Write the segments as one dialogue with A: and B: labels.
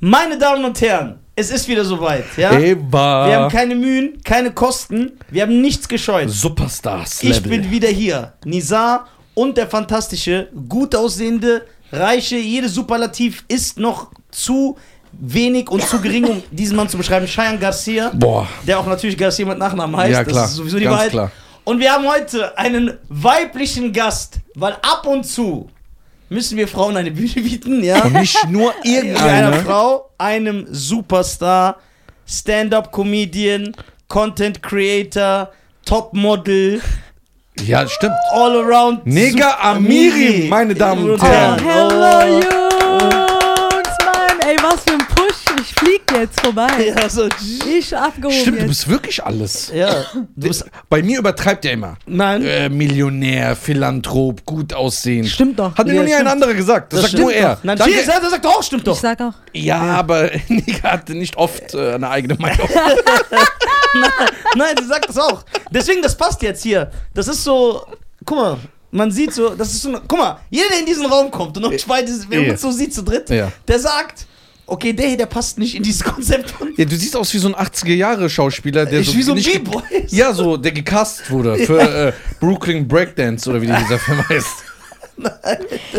A: Meine Damen und Herren, es ist wieder soweit. Ja?
B: Eva.
A: Wir haben keine Mühen, keine Kosten, wir haben nichts gescheut.
B: Superstars.
A: Ich bin wieder hier. Nizar und der fantastische, gut aussehende, reiche, jede Superlativ ist noch zu wenig und zu gering, um diesen Mann zu beschreiben. Cheyenne Garcia,
B: Boah.
A: der auch natürlich Garcia mit Nachnamen heißt.
B: Ja, klar.
A: Das ist sowieso die
B: Ganz
A: Wahrheit.
B: klar.
A: Und wir haben heute einen weiblichen Gast, weil ab und zu müssen wir Frauen eine Bühne bieten, ja?
B: Und nicht nur
A: Irgendeiner
B: irgendeine.
A: Frau, einem Superstar, Stand-up-Comedian, Content-Creator, Topmodel,
B: Ja, stimmt.
A: All-Around.
B: Nigger
A: Sup-
B: Amiri, meine Damen und
A: Oh,
B: Herren.
C: Hello Jungs, Mann, ey, was für ein Push. Ich flieg jetzt vorbei.
A: Ja, so,
C: Ich abgehoben
B: Stimmt, du
C: jetzt.
B: bist wirklich alles.
A: Oh, ja, du bist.
B: Bei mir übertreibt er immer.
A: Nein.
B: Äh, Millionär, Philanthrop, gut aussehend.
C: Stimmt doch.
B: Hat mir
A: Ja,
B: noch nie ein
A: stimmt.
B: anderer gesagt. Das, sagt
A: stimmt
B: nur er.
A: Doch. Nein,
B: Danke.
A: Danke. Der sagt auch, stimmt
C: Ich
A: doch.
C: sag auch.
B: Ja, aber Nika hatte nicht oft äh, eine eigene Meinung.
A: Nein, sie sagt das auch. Deswegen, das passt jetzt hier. Das ist so. Guck mal, man sieht so. Das ist so eine, guck mal, jeder, der in diesen Raum kommt und uns beide, wenn man
B: Ja.
A: uns so sieht zu dritt,
B: Äh, Ja.
A: der sagt. Okay, der hier, der passt nicht in dieses Konzept.
B: Ja, du siehst aus wie so ein 80er-Jahre-Schauspieler, der
A: Ich
B: so
A: wie so ein
B: nicht ge-
A: B-Boy.
B: Ja, so, der gecastet wurde für äh, Brooklyn Breakdance oder wie dieser Film heißt.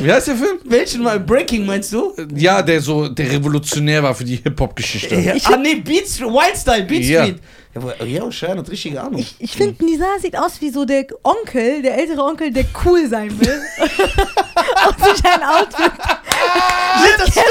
B: Wie heißt der Film?
A: Welchen mal? Breaking meinst du?
B: Ja, der so, der revolutionär war für die Hip-Hop-Geschichte.
A: Ja.
C: Ich-
A: Ah, nee, Beat Street, Wildstyle, Beat
B: Ja. oh,
A: Street. Ja, aber, ja, Schein hat richtige Ahnung.
C: Ich, ich finde, Nisa sieht aus wie so der Onkel, der ältere Onkel, der cool sein will. Und sich ein Outfit
A: ja, das
C: kennt.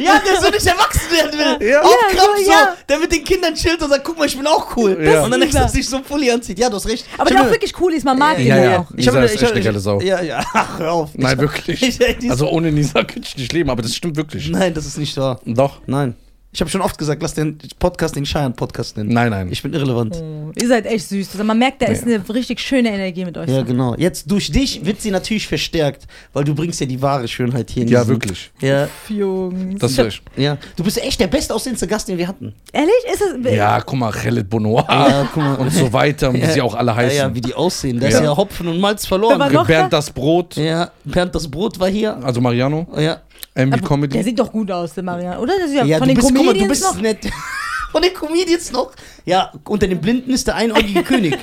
A: Ja, der so nicht erwachsen werden will.
B: Ja.
A: Auf
C: Ja,
A: Krampf
C: so,
A: so.
C: ja.
A: Der mit den Kindern chillt und sagt, guck mal, ich bin auch cool.
B: Ja.
A: Und dann
C: Das ist
A: extra
C: er.
A: sich so einen Pulli anzieht. Ja, du hast recht.
C: Aber
A: Ich
C: der
A: hab
C: auch
A: mir-
C: wirklich cool ist. Man mag ihn
B: Ja,
C: ja,
B: ja.
C: auch.
A: Ich hab
B: Nisa
A: mir-
B: ist
A: ich
B: echt
A: hab-
B: eine geile Sau.
A: Ja, ja. Ach, hör auf.
B: Nein,
A: Ich-
B: wirklich.
A: ich-
B: Also ohne Nisa könnte ich nicht leben, aber das stimmt wirklich.
A: Nein, das ist nicht wahr.
B: Doch.
A: Nein. Ich habe schon oft gesagt, lass den Podcast den Scheiern Podcast nennen.
B: Nein, nein.
A: Ich bin irrelevant.
C: Oh, Ihr seid echt süß. Also man merkt, da ist eine richtig schöne Energie mit euch.
A: Ja, genau. Jetzt durch dich wird sie natürlich verstärkt, weil du bringst ja die wahre Schönheit hier in
B: ja,
A: diesen-
B: wirklich.
A: Ja,
C: Jungs.
B: Das ist
A: ja. Du bist echt der bestaussehendste Gast, den wir hatten.
C: Ehrlich? Ist es.
B: Ja, guck mal, Khaled Bonoir
A: Ja, guck mal.
B: und so weiter, und wie sie auch alle
A: Ja,
B: heißen.
A: ja, wie die aussehen. Da ist
B: Ja.
A: ja Hopfen und Malz
C: Wer
A: verloren.
C: war- noch
B: Bernd
C: da?
B: das Brot,
A: Ja, Bernd das Brot war hier.
B: also Mariano,
A: Ja,
B: MV
C: Aber Der
B: Comedy.
C: sieht doch gut aus, der Marian. Oder? Das ist ja,
A: ja
C: von
A: du
C: den
A: bist, guck mal,
C: Comedians
A: du bist
C: noch.
A: nett. Von den Comedians noch. Ja, unter den Blinden ist der einäugige König.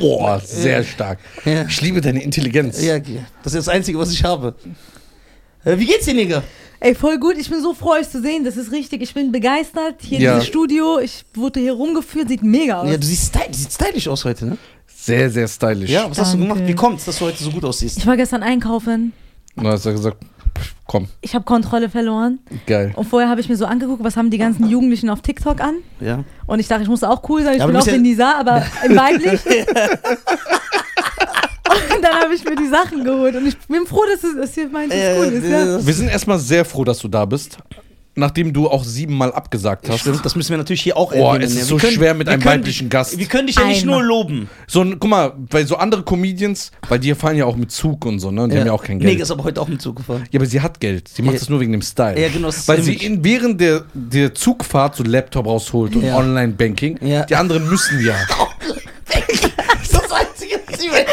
B: Boah, sehr stark.
A: Ja.
B: Ich liebe deine Intelligenz.
A: Ja, ja. das ist das Einzige, was ich habe. Äh, Wie geht's dir, Nigga?
C: Ey, voll gut. Ich bin so froh, euch zu sehen. Das ist richtig. Ich bin begeistert. Hier
B: Ja.
C: dieses Studio. Ich wurde hier rumgeführt. Sieht mega aus.
A: Ja, du siehst, styl siehst stylisch aus heute, ne?
B: Sehr, sehr stylisch.
A: Ja, was hast du
C: Danke.
A: gemacht? Wie kommt's, dass du heute so gut aussiehst?
C: ich war gestern einkaufen.
B: Und dann hast du gesagt, pff, komm,
C: Ich habe Kontrolle verloren.
B: geil.
C: Und vorher habe ich mir so angeguckt, was haben die ganzen Jugendlichen auf TikTok an.
A: Ja.
C: Und ich dachte, ich muss auch cool sein. Ich
A: Ja, aber du
C: bin auch
A: bist ja-
C: wie Nisa, aber im weiblich. und dann habe ich mir die Sachen geholt. Und ich bin froh, dass es dass ihr meint, dass es cool ist. Ja.
A: äh,
B: Wir sind erstmal sehr froh, dass du da bist, nachdem du auch siebenmal abgesagt hast.
A: Stimmt, das müssen wir natürlich hier auch
B: Boah,
A: erwähnen.
B: es
A: ja.
B: ist
A: Wir
B: so
A: können-
B: schwer mit
A: wir
B: einem
A: können-
B: weiblichen Gast.
A: Wir können dich ja nicht
C: Einmal.
A: nur loben.
B: So, ein- guck mal, weil so andere Comedians, weil die fahren ja auch mit Zug und so, ne? Die haben ja auch kein Geld.
A: Nigga ist aber heute auch im Zug gefahren.
B: Ja, aber sie hat Geld. Sie macht
A: Ja.
B: das nur wegen dem Style.
A: Ja, genau, das ist
B: Weil sie
A: Image.
B: in, während der, der Zugfahrt so Laptop rausholt und
A: Ja.
B: Online-Banking.
A: Ja.
B: Die anderen müssen ja.
A: Das ist das Einzige, was ich weiß.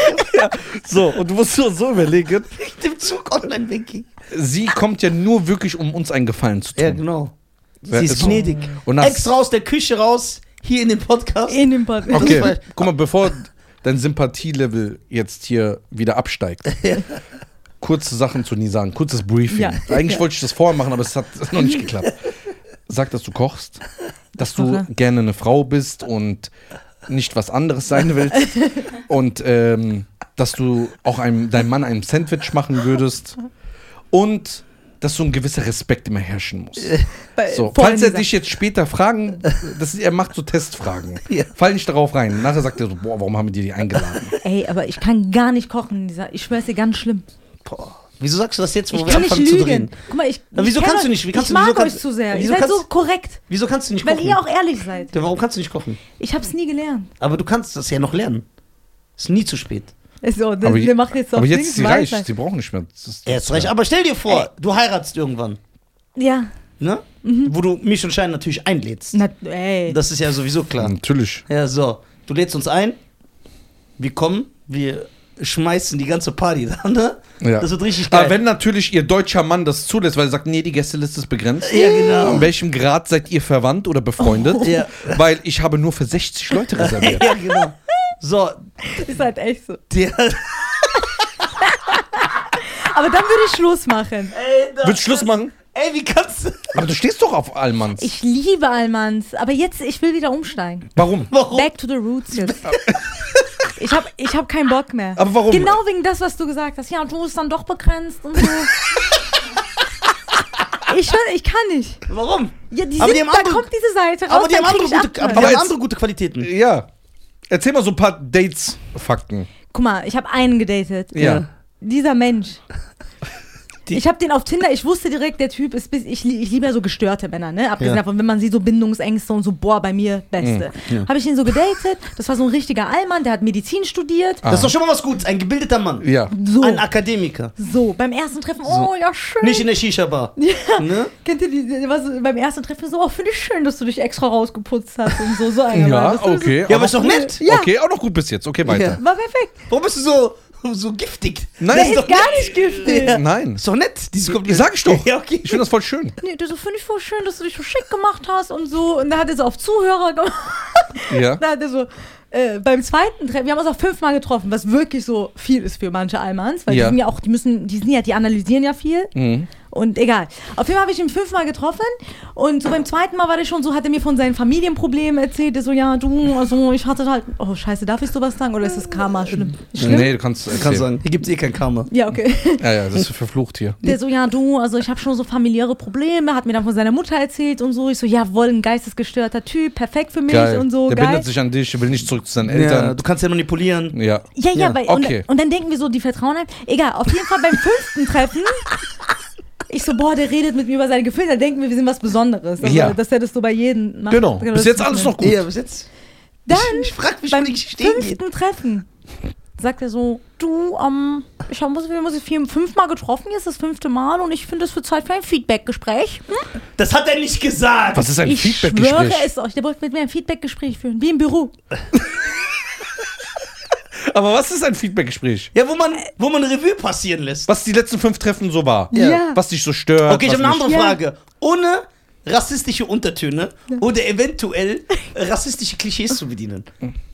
B: So, und du musst dir so überlegen,
A: Mit dem Zug Online-Banking.
B: sie kommt ja nur wirklich, um uns einen Gefallen zu tun.
A: Ja, genau.
B: Wer-
A: Sie ist
B: so.
A: gnädig.
B: Und das-
A: Extra aus der Küche raus, hier in den Podcast.
C: In dem Podcast.
A: Das ist
B: Okay,
A: falsch.
B: guck mal, bevor dein Sympathielevel jetzt hier wieder absteigt. Kurze Sachen zu Nisan, kurzes Briefing.
C: Ja.
B: Eigentlich
C: Ja.
B: wollte ich das vorher machen, aber es hat noch nicht geklappt. Sag, dass du kochst, dass du
C: koche.
B: gerne eine Frau bist und nicht was anderes sein willst und ähm, dass du auch einem, deinem Mann ein Sandwich machen würdest und dass so ein gewisser Respekt immer herrschen muss.
C: Äh, Bei-
B: So,
C: vor
B: falls er
C: allem Nisa.
B: dich jetzt später fragen, das ist, er macht so Testfragen.
A: Ja.
B: Fall nicht darauf rein. Nachher sagt er so, boah, warum haben wir dir die eingeladen?
C: Ey, aber ich kann gar nicht kochen, Nisa. Ich schwör's dir, ganz schlimm.
A: Boah. Wieso sagst du das jetzt, wo
C: Ich
A: wir
C: kann nicht
A: anfangen zu drehen?
C: lügen. Guck mal, ich.
A: Na,
C: ich
A: wieso
C: kenn
A: kannst
C: euch-
A: du nicht? Wie kannst
C: ich
A: du- wieso
C: mag
A: kannst-
C: euch zu sehr.
A: Wieso
C: ihr seid
A: kannst-
C: so korrekt.
A: Wieso kannst du nicht
C: Weil
A: kochen?
C: ihr auch ehrlich seid.
A: Ja, Warum kannst du nicht kochen?
C: Ich hab's nie gelernt.
A: Aber du kannst das ja noch lernen. Ist nie zu spät.
C: So, der,
B: aber
C: der macht jetzt auch
B: aber jetzt
C: Dings
B: ist sie reich.
C: weiter.
B: Sie brauchen nicht mehr. Das ist-
A: Ja, ist recht. Aber stell dir vor, du heiratst irgendwann,
C: Ja.
A: ne?
C: Mhm.
A: Wo du mich und Schein natürlich einlädst.
C: Na, ey.
A: Das ist ja sowieso klar.
B: Natürlich.
A: Ja, so. Du lädst uns ein, wir kommen, wir schmeißen die ganze Party da, ne?
B: Ja.
A: Das wird richtig geil.
B: Aber wenn natürlich ihr deutscher Mann das zulässt, weil er sagt, nee, die Gästeliste ist begrenzt.
A: ja, genau.
B: An welchem Grad seid ihr verwandt oder befreundet?
A: Ja.
B: Weil ich habe nur für 60 Leute reserviert.
A: ja, genau. So,
C: Ist halt echt so.
A: der.
C: Aber dann würde ich Schluss machen.
A: Ey, das-
B: Willst du Schluss machen?
A: Ey, wie kannst du.
B: Aber du stehst doch auf Allmanns.
C: Ich liebe Almans, aber jetzt, ich will wieder umsteigen.
B: Warum?
A: Warum?
C: Back to the roots jetzt. Ich habe ich hab keinen Bock mehr.
B: Aber warum?
C: Genau wegen das, was du gesagt hast. Ja, du bist dann doch begrenzt und so. Ich, schwör, ich kann nicht.
A: Warum?
C: Ja, die
A: Aber
C: sind,
A: die haben
C: da
A: andere-
C: kommt diese Seite raus,
A: Aber die
C: dann
A: haben
C: krieg
A: andere
C: ich
A: gute,
C: Abfall.
A: aber die haben
B: Jetzt-
A: andere gute Qualitäten.
B: Ja. Erzähl mal so ein paar Dates-Fakten.
C: Guck mal, ich habe einen gedatet.
B: Ja.
C: Dieser Mensch.
A: Die-
C: ich habe den auf Tinder, ich wusste direkt, der Typ ist bis. Ich, lie- ich liebe ja so gestörte Männer, ne? Abgesehen
A: Ja.
C: davon, wenn man sieht, so Bindungsängste und so, boah, bei mir, Beste. Habe ich ihn so gedatet, das war so ein richtiger Allmann, der hat Medizin studiert.
A: Das ist doch schon mal was Gutes. Ein gebildeter Mann.
B: Ja.
C: So,
A: Ah. Ein Akademiker.
C: so, beim ersten Treffen, oh ja, schön.
A: Nicht in der Shisha-Bar.
C: ja.
A: Ne?
C: Kennt ihr die, die- was, beim ersten Treffen so, oh, finde ich schön, dass du dich extra rausgeputzt hast und so, so einer war das.
B: Ja, okay.
A: Ja, aber ist doch nett.
C: Ja.
B: Okay, auch noch gut bis jetzt. Okay, weiter.
C: War perfekt.
A: Warum bist du so, so giftig?
B: Nein.
A: das
B: Ist
A: ist doch,
C: Gar nicht giftig.
B: Nein.
A: ist doch nett, dieses Kompliment.
B: Sag ich doch.
A: Ja, okay.
B: Ich finde das voll schön.
C: Nee, der so, finde ich voll schön, dass du dich so schick gemacht hast und so. Und da hat er so auf Zuhörer gemacht.
B: Ja.
C: Da hat er so, äh, beim zweiten Treffen, wir haben uns auch fünfmal getroffen, was wirklich so viel ist für manche Almans, weil
B: Ja. Mhm.
C: die sind ja auch, die müssen, die sind ja, die analysieren ja viel. Und egal. Auf jeden Fall habe ich ihn fünfmal getroffen und so beim zweiten Mal war der schon so, hat er mir von seinen Familienproblemen erzählt, der so, ja, du, also ich hatte halt, oh scheiße, darf ich sowas sagen oder ist das Karma schlimm? schlimm?
B: Nee, du kannst.
A: Ich kann
B: erzählen.
A: sagen, hier gibt es eh kein Karma.
C: Ja, okay.
B: Ja, ja, das ist verflucht hier.
C: Der so, ja, du, also ich habe schon so familiäre Probleme, hat mir dann von seiner Mutter erzählt und so. Ich so, jawohl, ein geistesgestörter Typ, perfekt für mich
B: Geil.
C: und so,
B: der
C: geil.
B: bindet sich an dich, will nicht zurück zu seinen
A: Ja,
B: Eltern.
A: du kannst ja manipulieren.
B: Ja.
C: Ja, ja,
A: Ja,
C: weil,
B: okay.
C: und, und dann denken wir so, die vertrauen halt. Egal, auf jeden Fall beim fünften Treffen. Ich so, boah, der redet mit mir über seine Gefühle, dann denken wir, wir sind was Besonderes. Also,
B: Ja.
C: Dass er das so bei jedem macht.
B: Genau.
C: das
B: Bis jetzt
C: ist
B: alles
C: mir-
B: noch gut.
A: Ja, bis jetzt.
C: Dann,
A: ich frag mich, wo
C: beim
A: die Geschichte hingeht.
C: fünften Treffen, sagt er so, du, ähm, ich hab, muss, wir haben uns vier, fünfmal getroffen, jetzt das fünfte Mal und ich finde, es wird Zeit für ein Feedback-Gespräch.
A: Das hat er nicht gesagt.
B: Was ist ein
C: Ich schwöre
B: Feedback-Gespräch?
C: es euch, der wollte mit mir ein Feedback-Gespräch führen, wie im Büro.
B: Aber was ist ein Feedback-Gespräch?
A: Ja, wo man, wo man Revue passieren lässt.
B: Was die letzten fünf Treffen so war?
C: Ja. Ja.
B: Was dich so stört?
A: Okay, ich
B: was
A: habe eine
B: nicht-
A: andere
C: Ja.
A: Frage. Ohne rassistische Untertöne oder eventuell rassistische Klischees zu bedienen.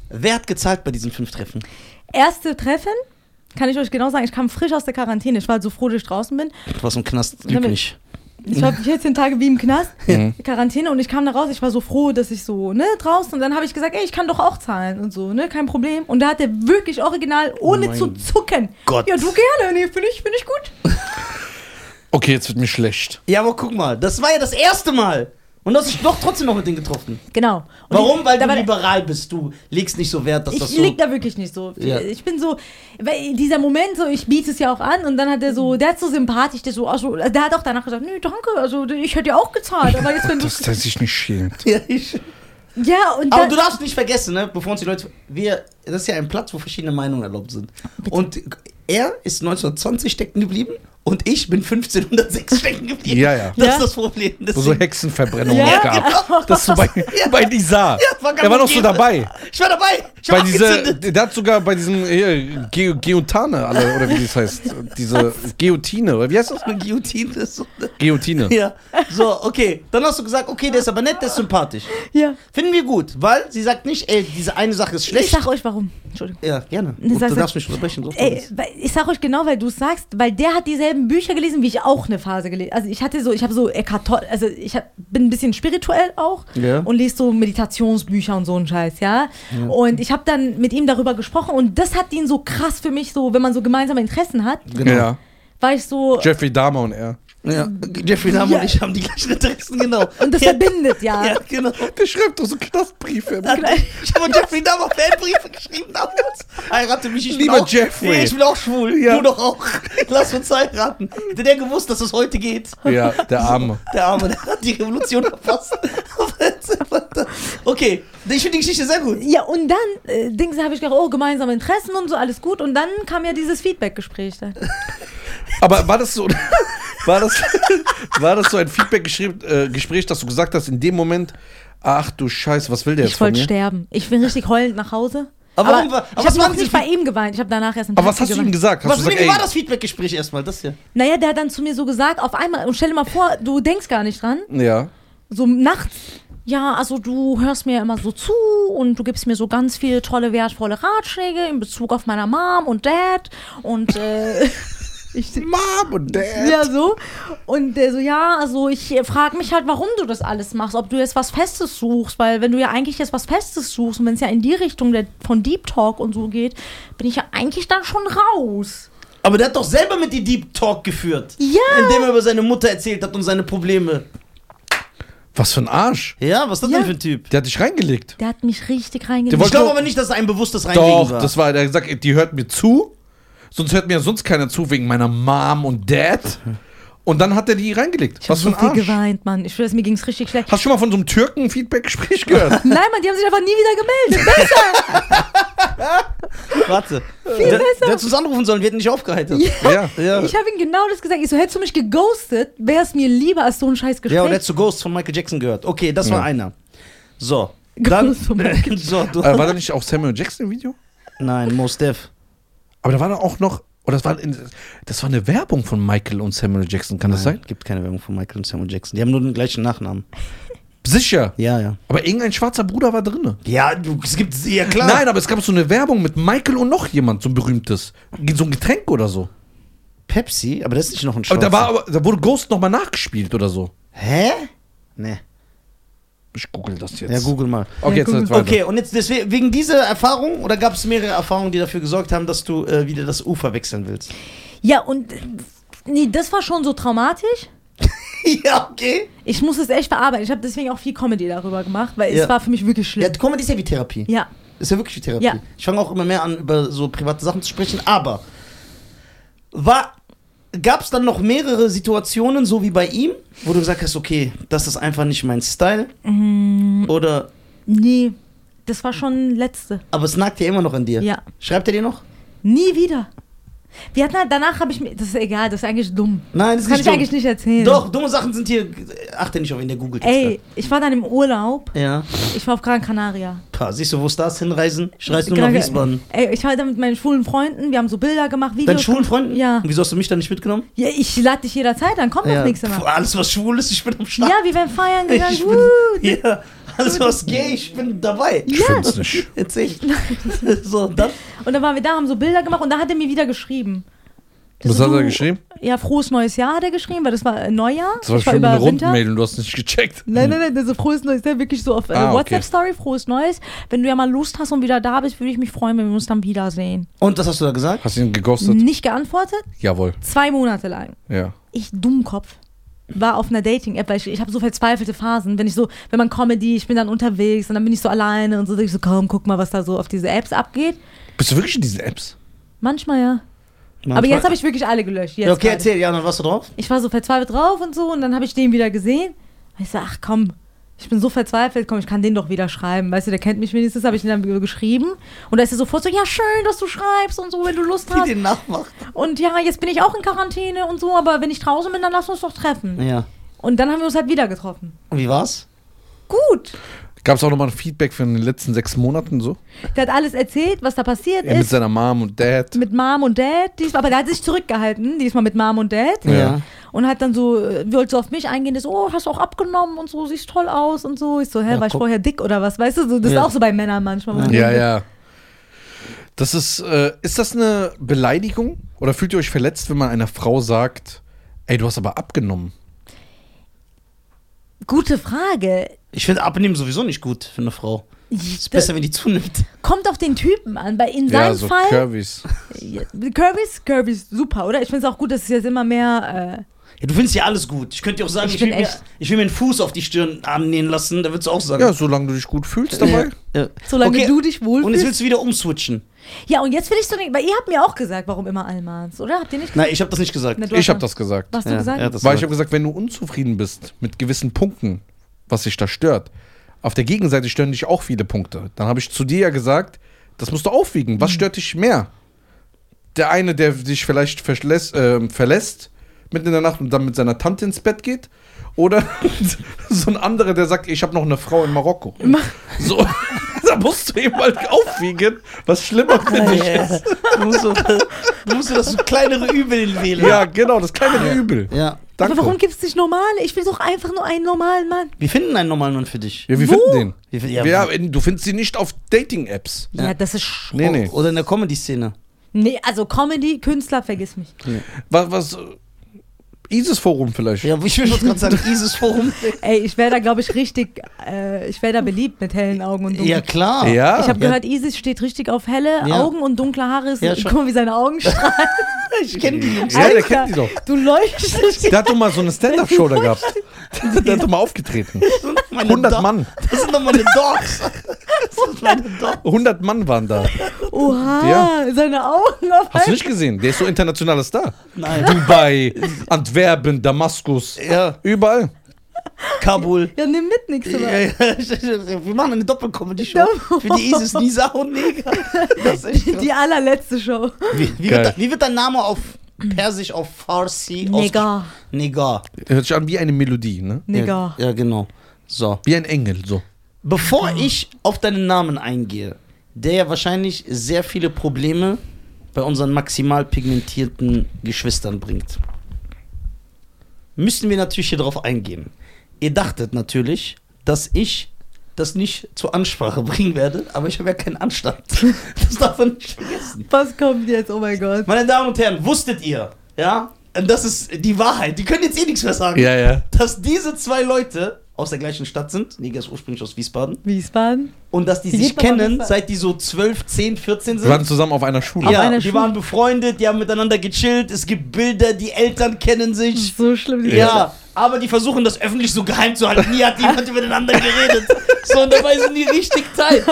A: Wer hat gezahlt bei diesen fünf Treffen?
C: Erste Treffen, kann ich euch genau sagen, ich kam frisch aus der Quarantäne, ich war so froh, dass ich draußen bin.
A: Du warst im Knast,
C: Ja,
A: lüg
C: aber-
A: nicht.
C: Ich
A: Mhm.
C: war 14 Tage wie im Knast, Quarantäne und ich kam da raus, ich war so froh, dass ich so, ne, draußen und dann habe ich gesagt, ey, ich kann doch auch zahlen und so, ne, kein Problem. Und da hat er wirklich original, ohne
A: Oh mein
C: zu zucken.
A: Gott.
C: Ja, du gerne, nee, finde ich, finde ich gut.
B: Okay, jetzt wird mir schlecht.
A: Ja, aber guck mal, das war ja das erste Mal. Und du hast dich doch trotzdem noch mit denen getroffen.
C: Genau. Und
A: Warum?
C: ich-
A: Weil
C: da
A: du
C: war-
A: liberal bist. Du legst nicht so Wert, dass das
C: Ich
A: so.
C: leg da wirklich nicht so.
A: Ja.
C: Ich bin so, weil dieser Moment, so ich biete es ja auch an und dann hat er so, der hat so sympathisch, der so, also, der hat auch danach gesagt, nee, danke, also ich hätte ja auch gezahlt, aber jetzt wenn du,
B: Dass der sich nicht schämt.
A: ja, ich.
C: ja und
A: Aber
C: dann,
A: du darfst nicht vergessen, ne, bevor uns die Leute. Wir, das ist ja ein Platz, wo verschiedene Meinungen erlaubt sind. Und er ist 1920 stecken geblieben und ich bin 1506 stecken geblieben.
B: Ja, ja.
A: Das
C: Ja.
A: ist das Problem.
B: Wo so
A: Deswegen,
B: Hexenverbrennungen
C: Ja.
B: gab. Das ist so bei, bei Nizar.
A: war ganz
B: er war noch so
A: okay.
B: dabei.
A: ich war dabei. Ich
B: Bei
A: war
B: dieser,
A: angezündet.
B: der hat sogar bei diesem äh, Ge Geotane, alle, oder wie das heißt, diese Guillotine, oder wie heißt das?
A: Eine Guillotine ist so.
B: Guillotine.
A: Ja. So, okay. Dann hast du gesagt, okay, der ist aber nett, der ist sympathisch.
C: ja.
A: Finden wir gut, weil sie sagt nicht, ey, diese eine Sache ist
C: Ich
A: schlecht.
C: sag euch warum. Entschuldigung.
A: Ja, gerne.
C: Ne,
A: Gut,
C: sag-
A: du
C: sag-
A: darfst mich unterbrechen. so
C: Ey,
A: Thomas.
C: weil- ich sag euch genau, weil du es sagst, weil der hat dieselben Bücher gelesen, wie ich auch eine Phase gelesen. Also ich hatte so, ich habe so Eckhart Tolle, also ich hab, bin ein bisschen spirituell auch
A: Ja.
C: und lese so Meditationsbücher und so einen Scheiß, ja. Und ich habe dann mit ihm darüber gesprochen und das hat ihn so krass für mich so, wenn man so gemeinsame Interessen hat,
A: Genau.
B: Ja.
C: war ich so
B: Jeffrey Dahmer und er.
A: Ja. Jeffrey Dahmer
C: Ja.
A: und ich haben die gleichen Interessen, genau.
C: und das
A: ja.
C: verbindet ja.
A: Ja, genau.
B: Der schreibt doch so Knastbriefe.
A: Ich habe Jeffrey Dahmer Fanbriefe geschrieben damals. Heirate mich, ich
B: Lieber
A: bin auch,
B: Jeffrey.
A: Ich bin auch schwul,
B: Ja.
A: du doch auch. Lass uns heiraten. Hätte der gewusst, dass es heute geht.
B: Ja, der Arme.
A: Der Arme, der hat die Revolution verpasst. okay, ich finde die Geschichte sehr gut.
C: Ja, und dann äh, Dings habe ich gedacht, oh, gemeinsame Interessen und so, alles gut. Und dann kam ja dieses Feedback-Gespräch. dann.
B: Aber war das so, war das, war das so ein Feedback-Gespräch, äh, Gespräch, dass du gesagt hast, in dem Moment, ach du Scheiße, was will der jetzt
C: Ich
B: von
C: wollte
B: mir?
C: sterben. Ich bin richtig heulend nach Hause.
A: Aber, warum,
C: aber
A: war-
C: ich
A: aber
C: habe
A: was war
C: noch
A: dieses
C: nicht bei ihm geweint. Ich habe danach erst ein
B: Aber was hast du ihm gesagt? Hast
A: was,
B: du gesagt,
A: wie war
B: ey,
A: das Feedbackgespräch erstmal? Das hier.
C: Naja, der hat dann zu mir so gesagt, auf einmal, und stell dir mal vor, du denkst gar nicht dran,
B: ja.
C: so nachts. Ja, also du hörst mir immer so zu und du gibst mir so ganz viele tolle, wertvolle Ratschläge in Bezug auf meiner Mom und Dad und äh, ich,
B: Mom und Dad.
C: Ja, so. Und der so, ja, also ich frage mich halt, warum du das alles machst. Ob du jetzt was Festes suchst, weil wenn du ja eigentlich jetzt was Festes suchst und wenn es ja in die Richtung der, von Deep Talk und so geht, bin ich ja eigentlich dann schon raus.
A: Aber der hat doch selber mit die Deep Talk geführt.
C: Ja.
A: Indem er über seine Mutter erzählt hat und seine Probleme.
B: Was für ein Arsch.
A: Ja, was ist das
C: Ja.
A: denn für ein Typ?
B: Der hat dich reingelegt.
C: Der hat mich richtig
B: Der
A: Ich
B: wollte-
C: reingelegt.
A: glaube aber nicht, dass er ein bewusstes Reinlegen
B: Doch,
A: war.
B: das war, der hat gesagt, ey, die hört mir zu. Sonst hört mir ja sonst keiner zu, wegen meiner Mom und Dad. Und dann hat er die reingelegt.
C: Ich hab
B: Was für
C: so
B: ein
C: viel
B: Arsch.
C: geweint, Mann. Ich schwöre, mir ging's richtig schlecht.
B: Hast du schon mal von so einem Türken-Feedback-Gespräch gehört?
C: Nein, Mann, die haben sich einfach nie wieder gemeldet.
A: Warte. Der, der hätte uns anrufen sollen, wir hätten nicht aufgehalten.
B: ja. Äh,
A: Ja.
C: Ich habe ihm genau das gesagt. Ich so, hättest du mich geghostet, wäre es mir lieber als so ein scheiß Gespräch.
A: Ja, und hättest du Ghost von Michael Jackson gehört. Okay, das war
B: Ja.
A: einer. So. Dann,
C: Ghost von Michael
A: so, du,
B: Äh, war da nicht auch Samuel Jackson im Video?
A: nein, Mos Def.
B: Aber da war da auch noch, oder das war, in, das war eine Werbung von Michael und Samuel Jackson, kann das
A: Nein,
B: sein?
A: gibt keine Werbung von Michael und Samuel Jackson. Die haben nur den gleichen Nachnamen.
B: Sicher.
A: Ja, ja.
B: Aber irgendein schwarzer Bruder war drinne.
A: Ja, du, es gibt, ja klar.
B: Nein, aber es gab so eine Werbung mit Michael und noch jemand, so ein berühmtes. So ein Getränk oder so.
A: Pepsi, aber das ist nicht noch ein Schwarzer.
B: Aber da, war, aber- da wurde Ghost nochmal nachgespielt oder so.
A: Hä? Nee.
B: Ich google das jetzt.
A: Ja, google mal.
B: Okay,
C: Ja,
B: jetzt,
C: google.
B: jetzt weiter.
A: Okay, und jetzt deswegen, wegen dieser Erfahrung, oder gab es mehrere Erfahrungen, die dafür gesorgt haben, dass du äh, wieder das Ufer wechseln willst?
C: Ja, und äh, nee, das war schon so traumatisch.
A: ja, okay.
C: Ich muss es echt verarbeiten. Ich habe deswegen auch viel Comedy darüber gemacht, weil
A: Ja.
C: es war für mich wirklich schlimm.
A: Ja, Comedy ist ja wie Therapie.
C: Ja.
A: Ist ja wirklich wie Therapie.
C: Ja.
A: Ich fange auch immer mehr an, über so private Sachen zu sprechen, aber war. Gab es dann noch mehrere Situationen, so wie bei ihm, wo du gesagt hast, okay, das ist einfach nicht mein Style?
C: Mhm.
A: Oder,
C: Nee, das war schon letzte.
A: aber es nagt ja immer noch an dir.
C: Ja.
A: Schreibt er dir noch?
C: Nie wieder. Wir hatten halt, danach habe ich mir. Das ist egal, das ist eigentlich dumm.
A: Nein, das,
C: Das kann
A: ist
C: ich
A: nicht
C: eigentlich nicht erzählen.
A: Doch, dumme Sachen sind hier. Achte nicht auf ihn, der googelt.
C: Ey,
A: jetzt
C: ich war dann im Urlaub.
A: grad. Ja.
C: Ich war auf Gran Canaria.
A: Pah, siehst du, wo Stars hinreisen? Schreist nur nach
C: Gran-
A: Wiesbaden.
C: Ey, ich war da mit meinen schwulen Freunden. Wir haben so Bilder gemacht, Videos.
A: Deinen schwulen Freunden?
C: Ja.
A: Und wieso hast du mich da nicht mitgenommen?
C: ja ich lade dich jederzeit, dann komm doch nächste
A: Puh,
C: Mal.
A: alles, was schwul ist, ich bin am Start.
C: Ja, wir werden feiern gegangen.
A: ich bin,
C: Woo.
A: ja. Alles, was gay, ich bin dabei.
B: Ich find's nicht.
A: Jetzt ich. so, dann.
C: Und dann waren wir da, haben so Bilder gemacht und da hat er mir wieder geschrieben.
B: Was
C: So,
B: hat er
C: du-
B: geschrieben?
C: Ja, frohes neues Jahr hat er geschrieben, weil das war äh, Neujahr.
B: Das war
C: Ich
B: schon eine
C: über Winter.
B: Rundmail und du hast nicht gecheckt.
C: Nein, nein, nein, also frohes Neues, ne? wirklich so auf äh,
B: Ah, okay.
C: WhatsApp-Story, frohes Neues. Wenn du ja mal Lust hast und wieder da bist, würde ich mich freuen, wenn wir uns dann wiedersehen.
A: Und das hast du da gesagt?
B: Hast ihn geghostet?
C: Nicht geantwortet,
B: Jawohl.
C: zwei Monate lang.
B: Ja.
C: Ich, Dummkopf, war auf einer Dating-App, weil ich, ich habe so verzweifelte Phasen. Wenn ich so, wenn man Comedy, ich bin dann unterwegs und dann bin ich so alleine und so, denk ich so, komm, guck mal, was da so auf diese Apps abgeht.
B: Bist du wirklich in diesen Apps?
C: Manchmal ja. Aber jetzt habe ich wirklich alle gelöscht. Jetzt
A: Ja, okay,
C: gerade.
A: erzähl, ja, dann warst du drauf.
C: ich war so verzweifelt drauf und so und dann habe ich den wieder gesehen. Und ich so, ach komm, ich bin so verzweifelt, komm, ich kann den doch wieder schreiben. Weißt du, der kennt mich wenigstens, habe ich den dann geschrieben. Und da ist er sofort so, ja schön, dass du schreibst und so, wenn du Lust
A: Die
C: hast.
A: den nachmacht.
C: Und ja, jetzt bin ich auch in Quarantäne und so, aber wenn ich draußen bin, dann lass uns doch treffen.
A: Ja.
C: Und dann haben wir uns halt wieder getroffen.
A: Und wie war's?
C: Gut,
B: Gab es auch nochmal ein Feedback von den letzten sechs Monaten so?
C: der hat alles erzählt, was da passiert
B: Ja, mit
C: ist.
B: seiner Mom und Dad.
C: Mit Mom und Dad, diesmal, aber der hat sich zurückgehalten, diesmal mit Mom und Dad.
B: Ja.
C: Und hat dann so, äh, wollte so auf mich eingehen, ist, so, oh, hast du auch abgenommen und so, siehst toll aus und so. Ich so, hä,
A: Ja,
C: war ich
A: guck.
C: vorher dick oder was? Weißt du, so, das
A: Ja.
C: ist auch so bei Männern manchmal. wo man
B: Ja,
C: denkt,
B: ja. Das ist, äh, ist das eine Beleidigung? Oder fühlt ihr euch verletzt, wenn man einer Frau sagt, ey, du hast aber abgenommen?
C: Gute Frage.
A: Ich finde Abnehmen sowieso nicht gut für eine Frau. Ist besser, wenn die zunimmt.
C: Kommt auf den Typen an. Bei, in
B: ja,
C: seinem
B: so
C: Fall,
B: Curvys.
C: Curvys, Curvys, super, oder? Ich finde es auch gut, dass es jetzt immer mehr, äh,
A: Ja, du findest ja alles gut. Ich könnte dir auch sagen,
C: Ich
A: ich,
C: bin
A: will, mir,
C: echt-
A: ich will mir einen Fuß auf die Stirn annähen lassen, da würdest du auch sagen.
B: Ja, solange du dich gut fühlst dabei.
A: Ja, ja.
C: äh, solange
A: Okay,
C: du dich
A: Und jetzt
C: wohlfühlst.
A: willst du wieder umswitchen.
C: ja, und jetzt will ich so den, weil ihr habt mir auch gesagt, warum immer Almans, oder? Habt ihr nicht
A: Nein, ich habe das nicht gesagt.
C: Na, du hast
B: Ich habe
C: mal-
B: das gesagt.
C: Was hast
A: Ja,
C: du gesagt?
A: er hat das
B: Weil ich habe gesagt, wenn du unzufrieden bist mit gewissen Punkten, was dich da stört, auf der Gegenseite stören dich auch viele Punkte. Dann habe ich zu dir ja gesagt, das musst du aufwiegen. Was stört dich mehr? Der eine, der dich vielleicht verlässt, ähm, verlässt mitten in der Nacht und dann mit seiner Tante ins Bett geht. Oder so ein anderer, der sagt, ich habe noch eine Frau in Marokko. So, da musst du eben halt aufwiegen, was schlimmer für dich ist.
A: Du musst, so, du musst so das kleinere Übel wählen.
B: Ja, genau, das kleinere Übel.
A: ja.
B: Danke.
C: Aber warum gibt es nicht normale? Ich will doch einfach nur einen normalen Mann.
A: Wir finden einen normalen Mann für dich.
B: Ja, wir
C: Wo?
B: finden den.
A: Wir finden-
B: Ja,
A: ja,
B: du findest sie nicht auf Dating-Apps.
C: Ja,
A: Ja.
C: das ist sch
B: Nee, nee.
A: Oh, Oder in der Comedy-Szene.
C: Nee, also Comedy, Künstler, vergiss mich.
B: Was, was äh, ISIS-Forum vielleicht.
A: Ja, ich will schon gerade sagen, ISIS-Forum.
C: Ey, ich wäre da, glaube ich, richtig, äh, ich wäre da beliebt mit hellen Augen und dunklen
A: Ja, klar.
B: Ja.
C: Ich habe
A: Ja.
C: gehört, Isis steht richtig auf helle
A: Ja.
C: Augen und dunkle Haare. Ist,
A: Ja, schon.
C: guck mal, wie seine Augen strahlen.
A: Ich kenne die Jungs.
B: Ja, der
C: Alter,
B: kennt die doch.
C: Du leuchtest.
B: Der hat doch mal so eine Stand-Up-Show da gehabt. Der hat doch mal aufgetreten.
A: Meine
B: 100
A: Dog-
B: Mann.
A: Das sind doch meine Dogs. Das sind meine Dogs.
B: 100 Mann waren da.
C: Oha, seine Augen auf
B: Hast du
C: einmal.
B: nicht gesehen? Der ist so internationaler Star.
A: Nein.
B: Dubai, Antwerpen, Damaskus.
A: Ja,
B: Überall.
A: Kabul.
C: Ja, nimm mit nichts.
A: Ja,
C: Ja,
A: ja. Wir machen eine Doppelcomedy-Show für die ISIS, Nisa und Neger. Das ist echt krass.
C: Die allerletzte Show.
A: Wie, wie,
B: Geil.
A: wird, de- wie wird dein Name auf Persisch, auf Farsi? ausges-
C: Nigger.
A: Negar.
B: Hört sich an wie eine Melodie, ne?
C: Nigger.
A: Ja, ja, genau. So.
B: Wie ein Engel, so.
A: Bevor ich auf deinen Namen eingehe, der ja wahrscheinlich sehr viele Probleme bei unseren maximal pigmentierten Geschwistern bringt, müssen wir natürlich hier drauf eingehen. Ihr dachtet natürlich, dass ich das nicht zur Ansprache bringen werde, aber ich habe ja keinen Anstand. Das darf man nicht vergessen.
C: Was kommt jetzt? Oh mein Gott.
A: Meine Damen und Herren, wusstet ihr, ja, und das ist die Wahrheit, die können jetzt eh nichts mehr sagen,
B: Ja, ja.
A: dass diese zwei Leute aus der gleichen Stadt sind, Neger ist ursprünglich aus Wiesbaden,
C: Wiesbaden.
A: und dass die
C: Wie
A: sich
C: geht man nach
A: kennen,
C: Wiesbaden?
A: seit die so 12, 10, 14
B: Wir waren
A: sind.
B: zusammen auf einer Schule.
C: Auf
A: Ja,
C: einer
A: die
C: Schule.
A: waren befreundet, die haben miteinander gechillt, es gibt Bilder, die Eltern kennen sich.
C: So schlimm. die Geschichte.
A: Ja, aber die versuchen das öffentlich so geheim zu halten. Nie hat jemand miteinander geredet, sondern weil sie nie richtig teilt.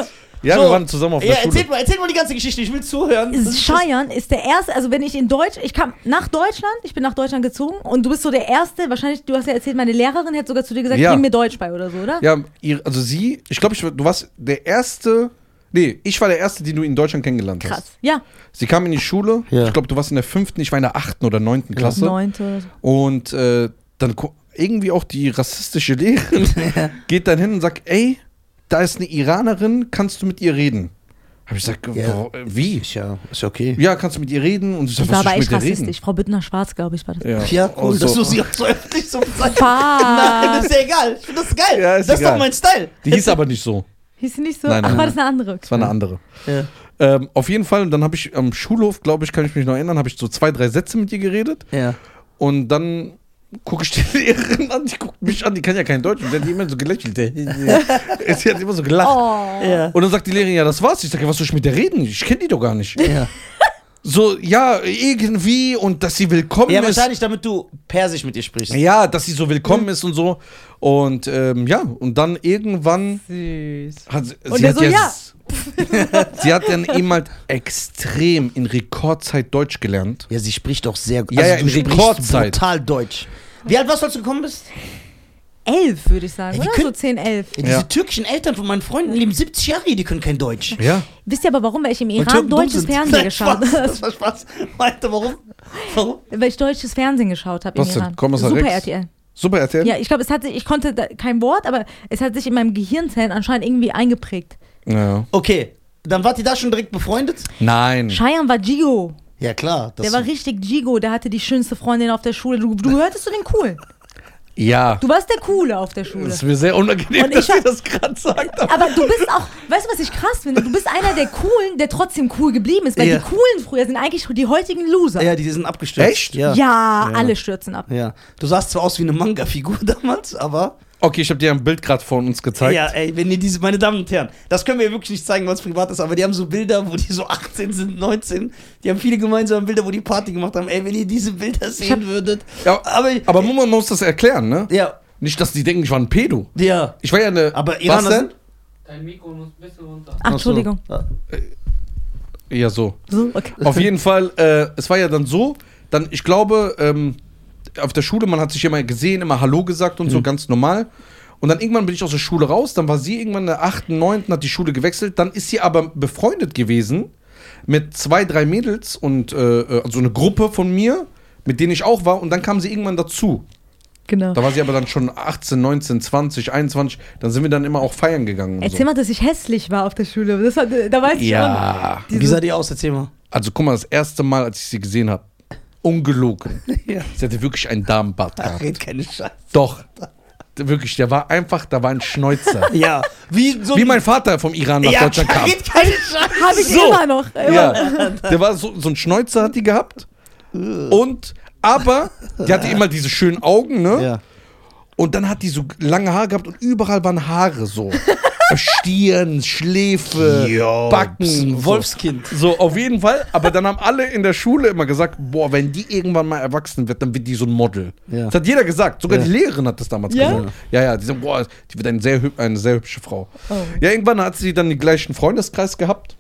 B: Ja,
A: So.
B: wir waren zusammen auf einer
A: Ja,
B: Schule.
A: erzählt mal, erzählt mal die ganze Geschichte, ich will zuhören. Das ist-
C: Scheiern ist der erste, also wenn ich in Deutsch, ich kam nach Deutschland, ich bin nach Deutschland gezogen und du bist so der erste, wahrscheinlich, du hast ja erzählt, meine Lehrerin hätte sogar zu dir gesagt,
B: Ja.
C: bring mir Deutsch bei oder so, oder?
B: Ja, ihr, also sie, ich glaube, ich, war- du warst der Erste. Nee, ich war der Erste, den du in Deutschland kennengelernt hast.
C: Krass. Ja.
B: Sie kam in die Schule.
A: Ja.
B: Ich glaube, du warst in der fünften, ich war in der achten oder neunten Klasse.
C: Neunte. oder so.
B: Und äh, dann ko- irgendwie auch die rassistische Lehrerin geht dann hin und sagt, ey, da ist eine Iranerin, kannst du mit ihr reden? Hab ich gesagt,
A: Ja.
B: "Wo- äh, wie?
A: Ist ja, ist ja okay.
B: Ja, kannst du mit ihr reden? Und ich sag,
C: Das war
B: was soll
C: aber
B: ich mit
C: echt
B: ihr reden?
C: rassistisch. Frau Büttner-Schwarz, glaube ich, war das.
A: Ja, cool,
B: Also,
A: dass du sie auch so öffentlich so bezeichnest.
C: Fuck.
A: Nein, das ist ja egal. Ich finde das geil.
B: Ja, ist
A: das ist
B: egal.
A: doch mein Style.
B: Die hieß aber nicht so.
C: Hieß sie nicht so?
B: Nein,
C: Ach,
B: nein,
C: war das eine andere?
B: Das war eine andere.
A: Ja.
B: Ähm, auf jeden Fall, und dann habe ich am Schulhof, glaube ich, kann ich mich noch erinnern, habe ich so zwei, drei Sätze mit ihr geredet.
A: ja.
B: Und dann gucke ich die Lehrerin an, die guckt mich an, die kann ja kein Deutsch. Und die hat immer so gelächelt. Sie hat immer so gelacht.
C: Oh.
A: Ja.
B: Und dann sagt die Lehrerin, ja, das war's. Ich sage, was soll ich mit der reden? Ich kenne die doch gar nicht.
A: Ja,
B: So, ja, irgendwie und dass sie willkommen
A: ja
B: ist.
A: wahrscheinlich, damit du Persisch mit ihr sprichst.
B: Ja, dass sie so
C: Mhm.
B: willkommen ist und so. Und ähm, ja, und dann irgendwann
C: Süß.
B: hat sie,
C: Und
B: sie
C: der
B: hat
C: so, ja.
B: sie hat dann eben halt extrem in Rekordzeit Deutsch gelernt.
A: Ja, sie spricht auch sehr gut.
B: Ja, ja, in Rekordzeit.
A: brutal Deutsch. Wie alt warst du, als du gekommen bist?
C: Elf, würde ich sagen,
A: Ey, die
C: oder?
A: können-
C: So zehn, elf.
A: Ja,
B: Ja.
A: Diese türkischen Eltern von meinen Freunden leben 70 Jahre, hier, die können kein Deutsch.
B: Ja.
C: Wisst ihr aber, warum? Weil ich im
A: Weil
C: Iran
A: dumm
C: deutsches
A: sind.
C: Fernsehen
A: Nein, Spaß,
C: geschaut habe.
A: Das war Spaß. Meinte, warum? Warum?
C: Weil ich deutsches Fernsehen geschaut habe im
B: Was denn?
C: Iran.
B: Kommissar
C: Super
B: Rex?
C: RTL.
B: Super RTL.
C: Ja, ich glaube, es hat sich, ich konnte da, kein Wort, aber es hat sich in meinem Gehirnzellen anscheinend irgendwie eingeprägt.
B: Ja.
A: Okay, dann wart ihr da schon direkt befreundet?
B: Nein.
C: Cheyenne war Gigo.
A: Ja, klar. Das
C: Der war richtig Gigo, der hatte die schönste Freundin auf der Schule. Du, du gehörtest zu den Coolen.
B: ja.
C: Du warst der Coole auf der Schule.
B: Das ist mir sehr unangenehm,
C: Und ich
B: dass
C: hab-
B: ihr das gerade sagt. aber-
C: Aber du bist auch, weißt du, was ich krass finde? Du bist einer der Coolen, der trotzdem cool geblieben ist. Weil
A: Ja.
C: die Coolen früher sind eigentlich die heutigen Loser.
A: ja, die sind abgestürzt.
B: Echt?
A: Ja.
C: Ja, alle stürzen ab.
A: Ja, du sahst zwar aus wie eine Manga-Figur damals, aber.
B: Okay, ich habe dir ein Bild gerade von uns gezeigt.
A: Ja, ey, wenn ihr diese, meine Damen und Herren, das können wir wirklich nicht zeigen, weil es privat ist, aber die haben so Bilder, wo die so 18 sind, 19. Die haben viele gemeinsame Bilder, wo die Party gemacht haben. Ey, wenn ihr diese Bilder sehen würdet.
B: Ja,
A: aber.
B: Aber man muss das erklären, ne?
A: ja,
B: Nicht, dass die denken, ich war ein Pedo.
A: ja.
B: Ich war ja eine.
A: Aber Iraner
B: Was denn?
D: Dein Mikro muss ein bisschen runter.
C: Ach, Entschuldigung.
B: Ja, so.
C: So, okay.
B: Auf jeden Fall, äh, es war ja dann so, dann, ich glaube, ähm, auf der Schule, man hat sich immer gesehen, immer Hallo gesagt und so, ganz normal. Und dann irgendwann bin ich aus der Schule raus, dann war sie irgendwann in der 8., 9., hat die Schule gewechselt, dann ist sie aber befreundet gewesen mit zwei, drei Mädels und äh, äh, also eine Gruppe von mir, mit denen ich auch war und dann kam sie irgendwann dazu.
C: Genau.
B: Da war sie aber dann schon 18, 19, 20, 21. Dann sind wir dann immer auch feiern gegangen. Und
C: Erzähl
B: so.
C: mal, dass ich hässlich war auf der Schule. Das war, da weiß ich
B: Ja.
C: schon.
A: Wie sah
C: Diese,
A: die aus? Erzähl mal.
B: Also guck mal, das erste Mal, als ich sie gesehen habe, ungelogen.
A: Ja.
B: Sie hatte wirklich einen Damenbart gehabt.
A: Red keine Scheiße.
B: Doch. Wirklich, der war einfach, da war ein Schnäuzer.
A: Ja, wie so
B: Wie mein Vater vom Iran nach
A: ja,
B: Deutschland kam.
A: Red keine Scheiße.
C: habe ich
B: So.
C: immer noch. Immer.
B: Ja, der war so, so ein Schnäuzer hat die gehabt. Und, aber, die hatte immer diese schönen Augen, ne?
A: Ja.
B: Und dann hat die so lange Haare gehabt und überall waren Haare so. Stirn, Schläfe,
A: Yo,
B: Backen,
A: pss,
B: so.
A: Wolfskind.
B: So, auf jeden Fall. Aber dann haben alle in der Schule immer gesagt, boah, wenn die irgendwann mal erwachsen wird, dann wird die so ein Model.
A: Ja.
B: Das hat jeder gesagt. Sogar
A: Ja.
B: die Lehrerin hat das damals
C: Ja?
B: gesagt. Ja, ja. Die sagen, boah, die wird eine sehr, hüb eine sehr hübsche Frau.
C: Oh.
B: Ja, irgendwann hat sie dann den gleichen Freundeskreis gehabt,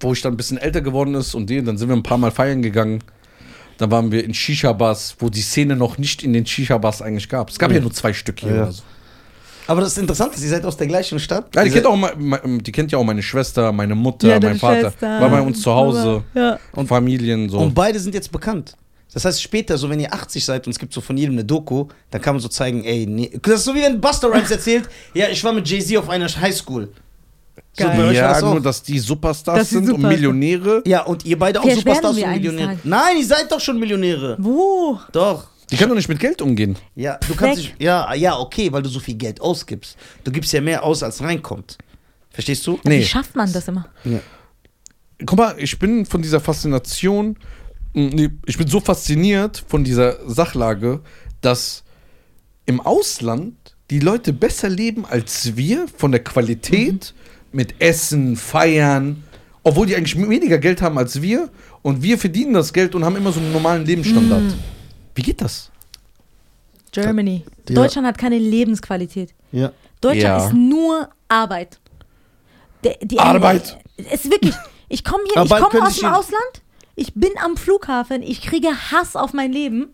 B: wo ich dann ein bisschen älter geworden ist und die, dann sind wir ein paar Mal feiern gegangen. Dann waren wir in Shisha-Bars, wo die Szene noch nicht in den Shisha-Bars eigentlich gab. Es gab ja,
A: Ja.
B: nur zwei Stück hier
A: Ja.
B: oder so.
A: Aber das Interessante ist, ihr seid aus der gleichen Stadt.
B: Ja, die,
A: Ihr
B: kennt
A: seid-
B: auch, me- me- die kennt ja auch meine Schwester, meine Mutter,
C: Ja, deine
B: mein Vater.
C: Schwester.
B: War bei uns zu Hause.
C: Ja.
B: Und Familien so.
A: Und beide sind jetzt bekannt. Das heißt, später, so wenn ihr 80 seid und es gibt so von jedem eine Doku, dann kann man so zeigen, ey, nee. Das ist so wie wenn Buster Rhymes erzählt, ja, ich war mit Jay-Z auf einer Highschool. So,
C: Geil.
A: bei euch war
B: ja,
A: das auch.
B: nur, dass die Superstars
C: Dass die
B: sind und
C: Superstars-
B: Millionäre.
A: ja, und ihr beide auch
C: Vielleicht
A: Superstars und
C: werden wir eines
A: Millionäre.
C: Tages.
A: Nein, ihr seid doch schon Millionäre.
C: Wo?
A: Doch.
B: Die können doch nicht mit Geld umgehen.
A: Ja, du kannst
C: Weg.
A: dich, ja, ja, okay, weil du so viel Geld ausgibst. Du gibst ja mehr aus, als reinkommt. Verstehst du?
B: Nee.
C: Wie schafft man das immer?
B: Guck mal, ich bin von dieser Faszination, mh, nee, ich bin so fasziniert von dieser Sachlage, dass im Ausland die Leute besser leben als wir von der Qualität mit Essen, Feiern, obwohl die eigentlich weniger Geld haben als wir und wir verdienen das Geld und haben immer so einen normalen Lebensstandard. Wie geht das?
C: Germany.
A: Ja.
C: Deutschland hat keine Lebensqualität.
A: Ja.
C: Deutschland
B: Ja.
C: ist nur Arbeit. Der- die-
B: Arbeit.
C: Es ist wirklich. Ich komme hier,
A: Aber
C: ich
A: bald
C: komme
A: können
C: aus
A: sich
C: dem
A: die-
C: Ausland. Ich bin am Flughafen. Ich kriege Hass auf mein Leben.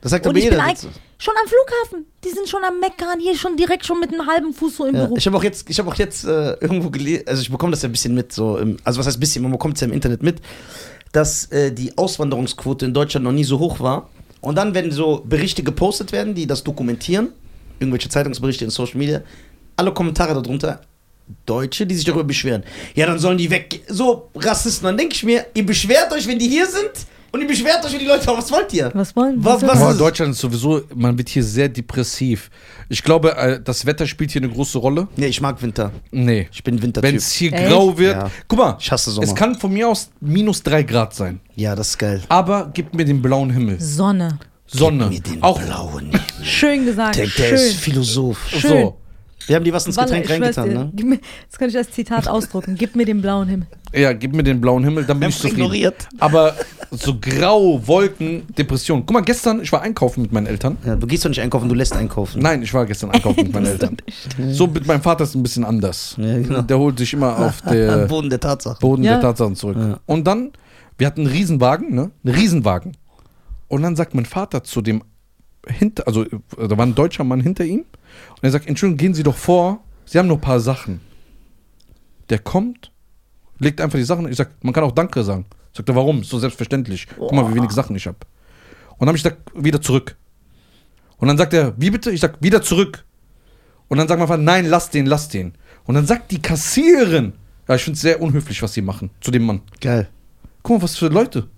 A: Das sagt
C: Und
A: aber
C: ich bin
A: jeder.
C: eigentlich schon am Flughafen. Die sind schon am Meckern, hier schon direkt schon mit einem halben Fuß so im
A: Ja,
C: Büro.
A: ich habe auch jetzt, ich habe auch jetzt äh, irgendwo gelesen, also ich bekomme das ja ein bisschen mit, so im, also was heißt ein bisschen, man bekommt es ja im Internet mit, dass äh, die Auswanderungsquote in Deutschland noch nie so hoch war. Und dann, wenn so Berichte gepostet werden, die das dokumentieren, irgendwelche Zeitungsberichte in Social Media, alle Kommentare darunter, Deutsche, die sich darüber beschweren. Ja, dann sollen die weg. So, Rassisten, dann denke ich mir, ihr beschwert euch, wenn die hier sind und ihr beschwert euch, wenn die Leute, was wollt ihr?
C: Was wollen
A: Was-
C: wieso-
A: was-
B: Boah,
A: ist-
B: Deutschland ist sowieso, man wird hier sehr depressiv. Ich glaube, äh, das Wetter spielt hier eine große Rolle.
A: Nee, ich mag Winter.
B: Nee.
A: Ich bin
B: Wenn
A: Wintertyp.
B: es hier
C: Echt?
B: grau wird.
A: Ja.
B: Guck mal,
A: Ich hasse Sommer.
B: es kann von mir aus minus 3 Grad sein.
A: Ja, das ist geil.
B: Aber gib mir den blauen Himmel.
C: Sonne.
B: Sonne.
A: Mit den
B: Auch
A: blauen.
C: Schön gesagt.
A: Der, der
C: schön.
A: ist Philosoph.
C: schön.
B: so.
A: Wir haben die was ins
C: Walle,
A: Getränk
C: ich schwör's
A: reingetan,
C: dir.
A: ne?
C: Gib mir- Das kann ich als Zitat ausdrucken. Gib mir den blauen Himmel.
B: Ja, gib mir den blauen Himmel, dann bin ich
A: haben's
B: zufrieden.
A: ignoriert.
B: Aber so grau, Wolken, Depression. Guck mal, gestern, ich war einkaufen mit meinen Eltern.
A: ne? Ja, du gehst doch nicht einkaufen, du lässt einkaufen.
B: Nein, ich war gestern einkaufen mit meinen Eltern. So mit meinem Vater ist es ein bisschen anders.
A: Ja, genau.
B: Der holt sich immer auf
A: Am
B: der
A: Boden der Tatsache.
B: Boden
C: Ja.
B: der Tatsachen zurück. Und dann, wir hatten einen Riesenwagen, ne? Einen Riesenwagen. Und dann sagt mein Vater zu dem hinter, also äh, da war ein deutscher Mann hinter ihm. Und er sagt, Entschuldigung, gehen Sie doch vor, Sie haben noch ein paar Sachen. Der kommt, legt einfach die Sachen. Ich sag, man kann auch Danke sagen. Sagt er, warum? Ist so selbstverständlich. Guck mal, wie wenig Sachen ich habe. Und dann habe ich gesagt, wieder zurück. Und dann sagt er, wie bitte? Ich sag, wieder zurück. Und dann sagt man einfach, nein, lass den, lass den. Und dann sagt die Kassiererin, ja, ich finde es sehr unhöflich, was sie machen zu dem Mann.
A: Geil.
B: Guck mal, was für Leute.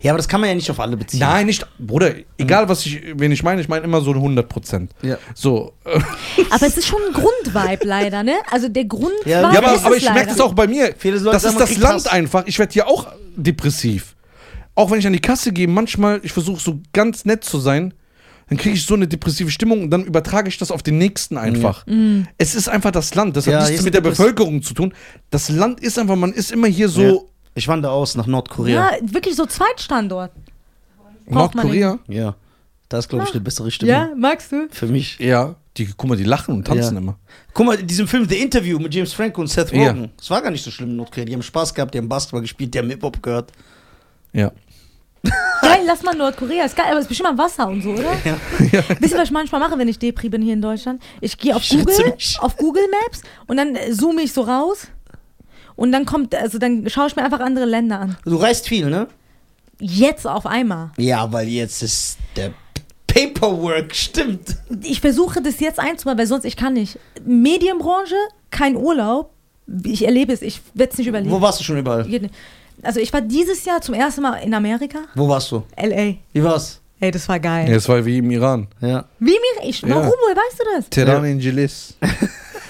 A: Ja, aber das kann man ja nicht auf alle beziehen.
B: Nein, nicht, Bruder, egal was ich, wen ich meine, ich meine immer so 100 Prozent.
A: Ja.
B: So. äh,
C: Aber es ist schon ein Grundvibe leider, ne? Also der Grundvibe
A: Ja,
B: Ja, aber,
C: ist
B: aber
C: es
B: ich merke
C: leider.
B: es auch bei mir.
A: Viele Leute
B: das
A: sagen,
B: ist
A: man
B: das
A: kriegt
B: Land
A: Hass.
B: einfach. Ich werde hier auch depressiv. Auch wenn ich an die Kasse gehe, manchmal, ich versuche so ganz nett zu sein, dann kriege ich so eine depressive Stimmung und dann übertrage ich das auf den nächsten einfach. Es ist einfach das Land. Das
A: Ja,
B: hat
A: hier
B: nichts
A: ist
B: mit der
A: Depress-
B: Bevölkerung zu tun. Das Land ist einfach, man ist immer hier
A: Ja.
B: so
A: Ich wandere aus nach Nordkorea.
C: Ja, wirklich so Zweitstandort. Braucht man
B: Nordkorea.
A: Ja. Da ist, glaube ich, eine bessere Stimme.
C: Ja, magst du?
A: Für mich.
B: Ja, die, guck mal, die lachen und tanzen
A: Ja.
B: immer.
A: Guck mal, in diesem Film The Interview mit James Franco und Seth
B: Ja.
A: Rogen. Es war gar nicht so schlimm in Nordkorea. Die haben Spaß gehabt, die haben Basketball gespielt, die haben Hip-Hop gehört.
B: Ja.
C: Geil, lass mal Nordkorea. Ist geil, aber es ist bestimmt mal Wasser und so, oder?
A: Ja.
C: Wisst ihr, was ich manchmal mache, wenn ich Depri bin hier in Deutschland? Ich gehe auf
A: Ich schätze
C: Google,
A: mich.
C: auf Google Maps und dann äh, zoome ich so raus. Und dann kommt, also dann schaue ich mir einfach andere Länder an.
A: Du reist viel, ne?
C: Jetzt auf einmal.
A: Ja, weil jetzt ist der Paperwork, stimmt.
C: Ich versuche das jetzt einzubauen, weil sonst ich kann nicht. Medienbranche, kein Urlaub. Ich erlebe es, ich werde es nicht überleben.
A: Wo warst du schon überall?
C: Geht nicht. Also ich war dieses Jahr zum ersten Mal in Amerika.
A: Wo warst du?
C: L.A.
A: Wie war's?
C: Ey, das war geil.
B: Ja, es war wie im Iran.
A: Ja.
C: Wie mir, ich, warum, woher weißt du das?
B: Teheran in Gilis.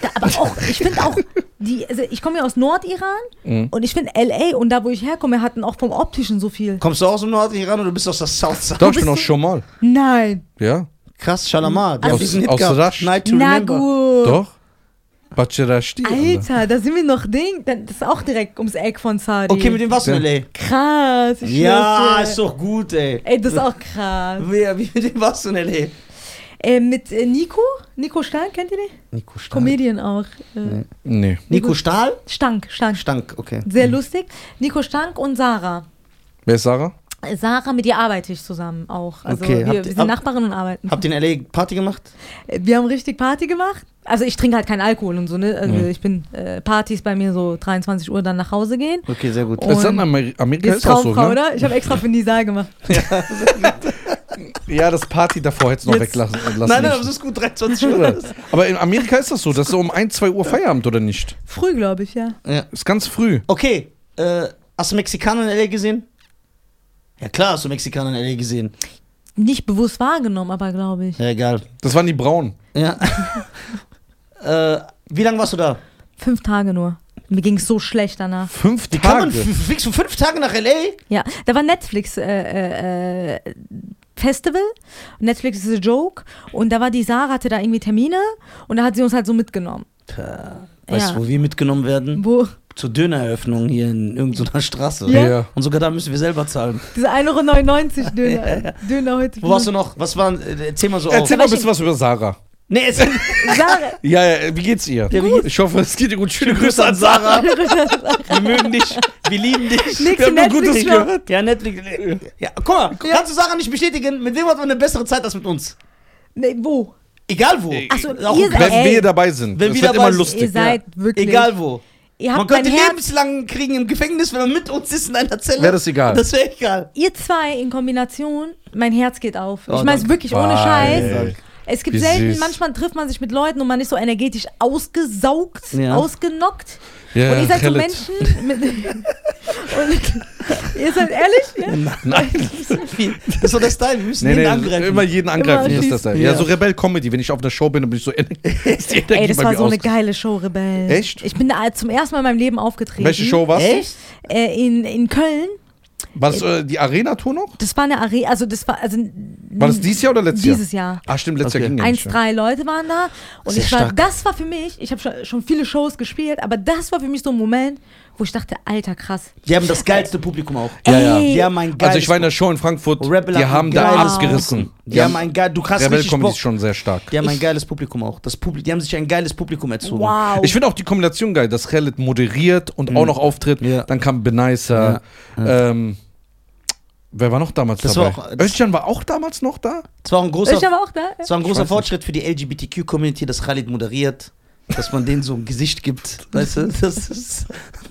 C: Da, aber auch, ich finde auch, die, also ich komme ja aus Nordiran
A: Mhm.
C: und ich finde L.A. und da, wo ich herkomme, hatten auch vom Optischen so viel.
A: Kommst du aus dem Nordiran oder bist du aus der Southside?
B: Doch, ich bin
C: bist
B: aus
C: du- Ah,
B: Schomal.
C: Nein.
B: Ja,
A: Krass, Shalamar. Der
C: Aus-
A: hat diesen Hit
B: aus
A: gehabt.
C: Also-
B: Rush.
A: Night to
C: Na
A: Remember.
C: gut.
B: doch. Bacerashti.
C: Alter, da sind wir noch Ding. dann- Das ist auch direkt ums Eck von Saudi.
A: Okay, mit dem warst du in
B: Ja.
A: L.A.
C: Krass. ich
A: Ja,
C: schwör's
A: ist
C: dir.
A: doch gut, ey.
C: Ey, das ist auch krass.
A: Wer, wie mit dem warst du in L.A.?
C: Äh, mit äh, Nico, Nico Stank, kennt ihr den?
A: Nico Stahl.
C: Comedian auch. Äh,
B: Nee.
A: Nico Stahl?
C: Stank, Stank.
A: Stank, okay.
C: Sehr lustig. Nico Stank und Sarah.
B: Wer ist Sarah?
C: Äh, Sarah, mit ihr arbeite ich zusammen auch. Also
A: Okay,
C: wir,
A: habt-
C: wir
A: hab-
C: sind Nachbarinnen und arbeiten. Äh,
A: Habt ihr in L.A. Party gemacht?
C: Wir haben richtig Party gemacht. Also ich trinke halt keinen Alkohol und so, ne? Also ich bin äh, Partys bei mir so 23 Uhr dann nach Hause gehen.
A: Okay, sehr gut.
C: Oh.
B: Ist dann Ameri Amerika
C: Ist
B: ist auch so,
C: Traumfrau,
B: ne?
C: oder? Ich habe extra für Nisa gemacht.
B: Ja, das Party davor hättest du noch
A: Jetzt-
B: weglassen äh, lassen
A: nein, nein,
B: müssen.
A: das ist gut, 23 Uhr.
B: Oder? Aber in Amerika ist das so, das ist so um 1, 2 Uhr Feierabend oder nicht?
C: Früh, glaube ich, ja.
A: ja.
B: Ist ganz früh.
A: Okay, äh, hast du Mexikaner in L.A. gesehen? Ja klar, hast du Mexikaner in L.A. gesehen.
C: Nicht bewusst wahrgenommen, aber glaube ich.
A: Ja, egal.
B: Das waren die Braunen.
A: Ja. äh, wie lange warst du da?
C: Fünf Tage nur. Mir ging es so schlecht danach.
B: Fünf
A: Wie kann man
B: Tage.
A: f- fliegst du fünf Tage nach L.A.?
C: Ja, da war Netflix äh, äh, äh, Festival. Netflix is a joke. Und da war die Sarah, hatte da irgendwie Termine und da hat sie uns halt so mitgenommen.
A: Weißt
C: Ja.
A: du, wo wir mitgenommen werden?
C: Wo
A: Zur Dönereröffnung hier in irgendeiner Straße.
C: Ja.
A: Und sogar da müssen wir selber zahlen.
C: diese 1,99 Euro Döner, Döner heute.
A: Wo warst du noch? Was waren? äh, Erzähl mal so auf.
B: Erzähl mal ein
C: Aber
B: bisschen was über Sarah.
A: Nee, es
C: Sarah,
B: Ja, ja, wie geht's ihr?
A: Ja, wie Gut.
B: Ich hoffe, es geht ihr gut. Schöne
A: Grüße an Sarah. wir mögen dich. Wir lieben dich.
C: nächste
B: Wir haben nur Gutes
C: Netflix-Show.
B: gehört.
A: Ja, Netflix. Ja, guck mal, kannst du Sarah nicht bestätigen? Mit wem hat man eine bessere Zeit als mit uns?
C: Nee, wo?
A: Egal wo.
B: Ey,
C: Ach so,
A: Auch
C: ihr
A: ein
C: seid-
B: Wenn
C: Ey.
B: wir dabei sind.
A: Wenn
B: es
A: wir
B: wird
A: dabei
B: immer
A: sind,
B: lustig.
C: Also Ihr seid wirklich.
A: Egal wo.
C: Ihr
A: Man
C: habt mein
A: könnte
C: Herz.
A: lebenslang kriegen im Gefängnis, wenn man mit uns ist in einer Zelle.
B: Wäre das egal.
A: Das wäre egal.
C: Ihr zwei in Kombination, mein Herz geht auf.
A: Oh,
C: ich meine es
A: danke.
C: wirklich ohne
B: Bye.
C: Scheiß. Es gibt
B: Wie
C: selten,
B: süß.
C: manchmal trifft man sich mit Leuten und man ist so energetisch ausgesaugt,
A: Ja.
C: ausgenockt.
B: Ja,
C: und ihr seid so
B: Äh, Khaled.
C: Menschen mit. und ihr seid ehrlich? Ja?
B: Nein,
A: Das ist doch der Style. Wir müssen
B: nee,
A: jeden
B: nee,
A: angreifen.
B: immer jeden angreifen.
C: Immer
B: ist das da.
A: schießen.
B: ja.
A: Ja.
B: so Rebell-Comedy. Wenn ich auf einer Show bin, dann bin ich so. ist die Energie
C: Ey, das
B: bei
C: war
B: mir
C: so eine
B: aus.
C: geile Show, Rebell.
B: Echt?
C: Ich bin da zum ersten Mal in meinem Leben aufgetreten.
B: Welche Show warst du?
A: Echt?
C: Äh, in, in Köln.
B: War das äh, die Arena-Tour noch?
C: Das war eine Arena, also das war. Also,
B: War das dieses Jahr oder letztes Jahr?
C: Dieses Jahr.
B: Ah, stimmt, letztes
A: Okay.
B: Jahr ging ja
C: Eins,
B: nicht. ja.
C: drei Leute waren da. Und
A: Sehr
C: ich war,
A: stark.
C: das war für mich, ich habe schon, schon viele Shows gespielt, aber das war für mich so ein Moment, wo ich dachte, alter, krass.
A: Die haben das geilste Publikum auch.
B: Ja, ja.
C: Ey,
A: Die haben ein geiles
B: Also ich war in der Show in Frankfurt.
A: Rebel
B: die
A: hat
B: haben
A: ein
B: da
A: geiles-
B: alles gerissen.
A: Die, haben ein geil, du hast
B: Rebel
A: richtig
B: Comedy
A: Bock.
B: ist schon sehr stark.
A: Die haben ein
C: Ich-
A: geiles Publikum auch. Das Publi die haben sich ein geiles Publikum erzogen.
C: Wow.
B: Ich finde auch die Kombination geil, dass Khaled moderiert und auch noch auftritt.
A: Mhm. Ja.
B: Dann kam Benaisa. Ähm, wer war noch damals
A: Das
B: dabei?
A: war auch- das-
B: Özcan war auch damals noch da?
A: Das war ein großer,
C: ich aber auch da.
A: das war ein
B: Ich weiß
A: großer
B: nicht.
A: Fortschritt für die LGBTQ-Community, dass Khalid moderiert, dass man denen so ein Gesicht gibt. Weißt du, das ist.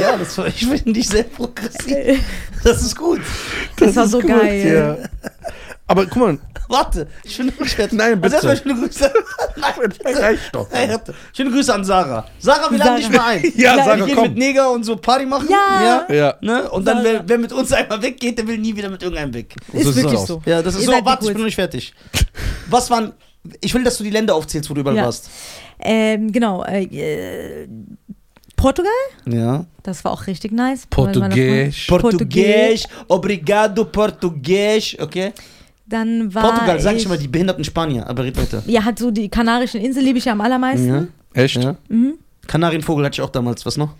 A: Ja, das war, ich finde dich sehr progressiv. Das ist gut.
C: Das, war so geil.
B: Aber guck mal,
A: Warte, schöne Grüße.
B: Nein, bitte.
A: Also erstmal schöne Grüße. Nein, bitte.
B: reicht doch.
A: Nein, warte. Schöne Grüße an Sarah. Sarah, wir laden dich
C: Sarah.
A: mal ein.
B: Ja, Sarah,
A: wir gehen
B: komm.
A: mit Neger und so Party machen.
C: Ja.
B: Ja.
A: Ne? Und dann,
C: Sarah.
A: wer, wer mit uns einmal weggeht, der will nie wieder mit irgendeinem weg.
C: Ist
B: So sieht's
C: wirklich
B: aus.
C: so.
A: Ja, das ist
C: Ihr
A: so.
C: seid die
A: Warte, ich bin
C: Coolsten.
A: noch nicht fertig. Was waren. Ich will, dass du die Länder aufzählst, wo du überall
C: Ja.
A: warst.
C: Ähm, genau. Äh, äh, Portugal,
A: Ja.
C: das war auch richtig nice.
B: Portugiesisch.
A: Portugiesisch. Obrigado, Portugiesisch. Okay.
C: Dann war
A: Portugal, sag ich
C: Ah, ich
A: immer, die behinderten Spanier. Aber red weiter.
C: Ja, hat so die Kanarischen Inseln liebe ich ja am allermeisten.
A: Ja.
B: Echt?
A: ja.
C: Mhm.
A: Kanarienvogel hatte ich auch damals. Was noch?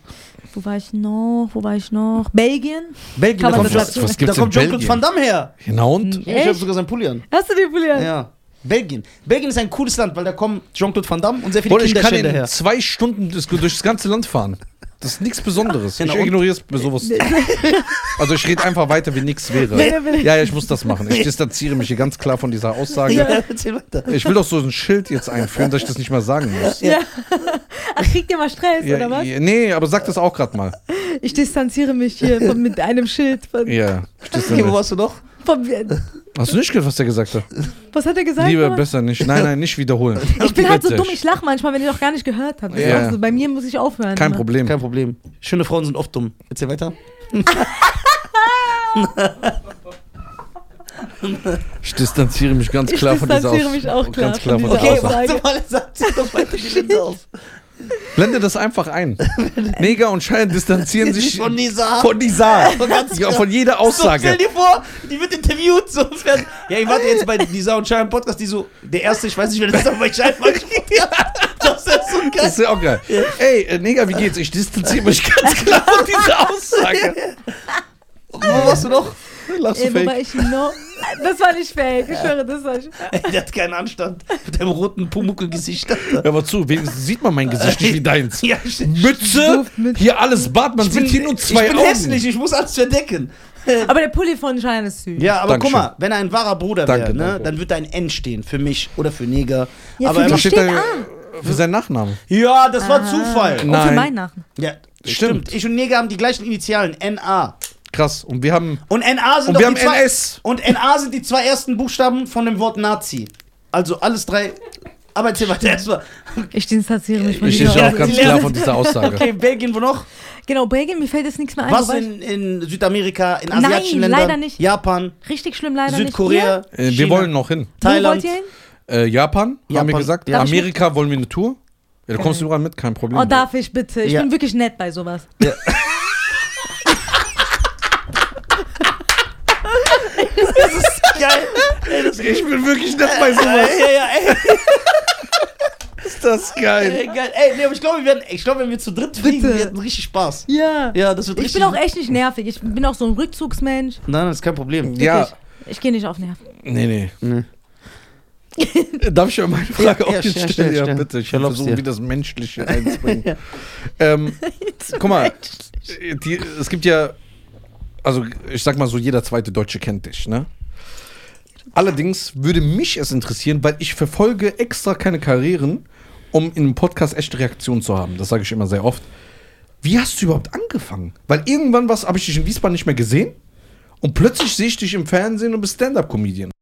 C: Wo war ich noch? Wo war ich noch? Belgien.
A: Belgien.
C: Kann
A: da kommt,
C: man das
A: Jean-
B: dazu-
A: da
B: Was gibt's
A: kommt
B: in
A: Jean-Claude
B: Belgien?
A: Van Damme her.
B: Ja, und?
A: Ja, Ich habe
C: Echt?
A: sogar seinen Pulli an.
C: Hast du die Julian?
A: Ja. Belgien. Belgien ist ein cooles Land, weil da kommen Jean-Claude Van Damme und sehr viele
B: Oder ich kann
A: Kinderschänder
B: in
A: her.
B: zwei Stunden das- durch das ganze Land fahren. Das ist nichts Besonderes. Ich
A: Genau.
B: ignoriere es bewusst. Also ich rede einfach weiter, wie nichts wäre.
C: Nee, nee, nee.
B: Ja, ja, ich muss das machen. Ich distanziere mich hier ganz klar von dieser Aussage.
A: Ja, erzähl weiter.
B: Ich will doch so ein Schild jetzt einführen, dass ich das nicht mehr sagen muss.
C: Ach, kriegt ihr mal Stress,
B: Ja,
C: oder was?
B: ja, nee, aber sag das auch gerade mal.
C: Ich distanziere mich hier von, mit einem Schild. Von,
B: Ja. verstehst du
A: Okay, wo
B: nicht.
A: warst du noch?
C: von,
B: Hast du nicht gehört, was der gesagt hat?
C: was hat er gesagt?
B: Lieber
C: nochmal?
B: besser nicht. Nein, nein, nicht wiederholen.
C: ich bin halt so
B: Bitte.
C: dumm, ich lache manchmal, wenn ihr doch gar nicht gehört habt.
B: Ja.
C: Also bei mir muss ich aufhören. ne?
B: Kein
C: immer.
B: Problem.
A: Kein Problem. Schöne Frauen sind oft dumm. Erzähl weiter.
B: Ich distanziere mich ganz
C: Ich
B: klar von dieser
C: distanziere
B: Aus
C: mich auch klar
B: ganz klar
C: von
B: von
C: dieser
B: dieser
A: Okay,
C: Aussage.
A: Also, warte
B: Aussage.
A: mal, er sagt sich doch weiter die Schritte aus.
B: Blende das einfach ein. Neger und Schein distanzieren sich
A: Von Nisa.
B: von dieser.
A: Von ganz
B: Ja, von jeder
A: So, stell
B: Aussage.
A: dir vor, die wird interviewt. So, und fährt- ja, ich warte jetzt bei Nisa und Schein Podcast, die so, der erste, ich weiß nicht, wer das ist, aber ich Schein mal geguckt hat. Das ist so geil.
B: Das ist ja auch geil. Ey, äh, Neger, wie geht's? Ich distanziere mich ganz klar von dieser Aussage.
A: Wo warst du noch?
B: Lachst
C: Ey, wobei Äh, ich no, das war nicht fake, ich schwöre, das war nicht
A: Ey, der hat keinen Anstand. Mit dem roten Pumuckel-Gesicht.
B: Hör mal zu, wenigstens sieht man mein Gesicht nicht wie deins.
A: Ja, ich, ich
B: Mütze,
C: Duftmütze.
B: hier alles Bart, man sieht hier nur zwei
A: ich bin
B: Augen.
A: hässlich, ich muss alles verdecken.
C: Aber der Pulli von Schein ist süß.
A: Ja, aber
B: Dankeschön.
A: guck mal, wenn er ein wahrer Bruder
B: Danke,
A: wäre, ne,
B: danke.
A: dann würde da ein N stehen. Für mich oder für Neger.
C: Ja,
A: aber
C: für
B: Da
A: er-
C: mich.
B: steht
C: Steht
B: da, für seinen Nachnamen.
A: ja, das war
C: Ah.
A: Zufall.
C: Und für
B: Nein.
C: meinen Nachen.
A: Ja, stimmt.
B: Stimmt.
A: Ich und Neger haben die gleichen Initialen. NA.
B: Krass. Und wir haben.
A: Und NA sind
B: Und
A: doch
B: wir haben
A: die zwei,
B: NS.
A: Und NA sind die zwei ersten Buchstaben von dem Wort Nazi. Also alles drei. Aber erzähl weiter erstmal.
C: Ich distanziere mich von
B: Ich
C: dieser
B: stehe
A: Ja,
B: auch ganz
A: die
B: klar
A: lernen-
B: von dieser Aussage.
A: Okay, Belgien, wo noch?
C: Genau, Belgien, mir fällt jetzt nichts mehr ein.
A: Was
C: wobei
A: in, in Südamerika, in
C: Nein,
A: asiatischen Ländern?
C: leider nicht.
A: Japan,
C: ich- Richtig schlimm leider
A: Südkorea,
C: nicht.
B: Äh, wir
A: China,
B: wollen noch hin.
C: Ihr? Wo
A: Thailand.
C: wollt ihr hin?
B: Äh, Japan, haben wir
A: Japan.
B: gesagt.
A: Darf ich Äh.
B: Amerika wollen wir eine Tour. Ja, du kommst überall mit, kein Problem.
C: Oh, darf ich bitte? Ich
A: Ja.
C: bin wirklich nett bei sowas.
A: Ja. Das ist geil. Ey, das
B: ich bin wirklich nicht bei
A: Ey, ja, ja, ey,
B: Ist das geil.
A: ey, geil. Ey, nee, aber ich glaube, wir werden, ich glaube, wenn wir zu dritt fliegen, wir hätten richtig Spaß.
C: Ja.
A: Ja, das wird
C: Ich
A: richtig.
C: bin auch echt nicht nervig. Ich bin auch so ein Rückzugsmensch.
A: Nein, das ist kein Problem.
B: Ja,
C: Ich, ich gehe nicht auf Nerven.
B: nee, nee.
A: Nee.
B: Äh, Darf ich mal meine Frage
A: Ja, ja,
B: auf den
A: stell,
B: stellen?
A: stell,
B: ja,
A: stell.
B: bitte. Ich
A: Ich erlaub's
B: versuche,
A: dir.
B: wie das Menschliche einzubringen. ähm, guck mal, äh, die, es gibt ja, also ich sag mal so, jeder zweite Deutsche kennt dich, ne? Allerdings würde mich es interessieren, weil ich verfolge extra keine Karrieren, um in einem Podcast echte Reaktionen zu haben. Das sage ich immer sehr oft. Wie hast du überhaupt angefangen? Weil irgendwann was habe ich dich in Wiesbaden nicht mehr gesehen und plötzlich sehe ich dich im Fernsehen und bist Stand-up-Comedian.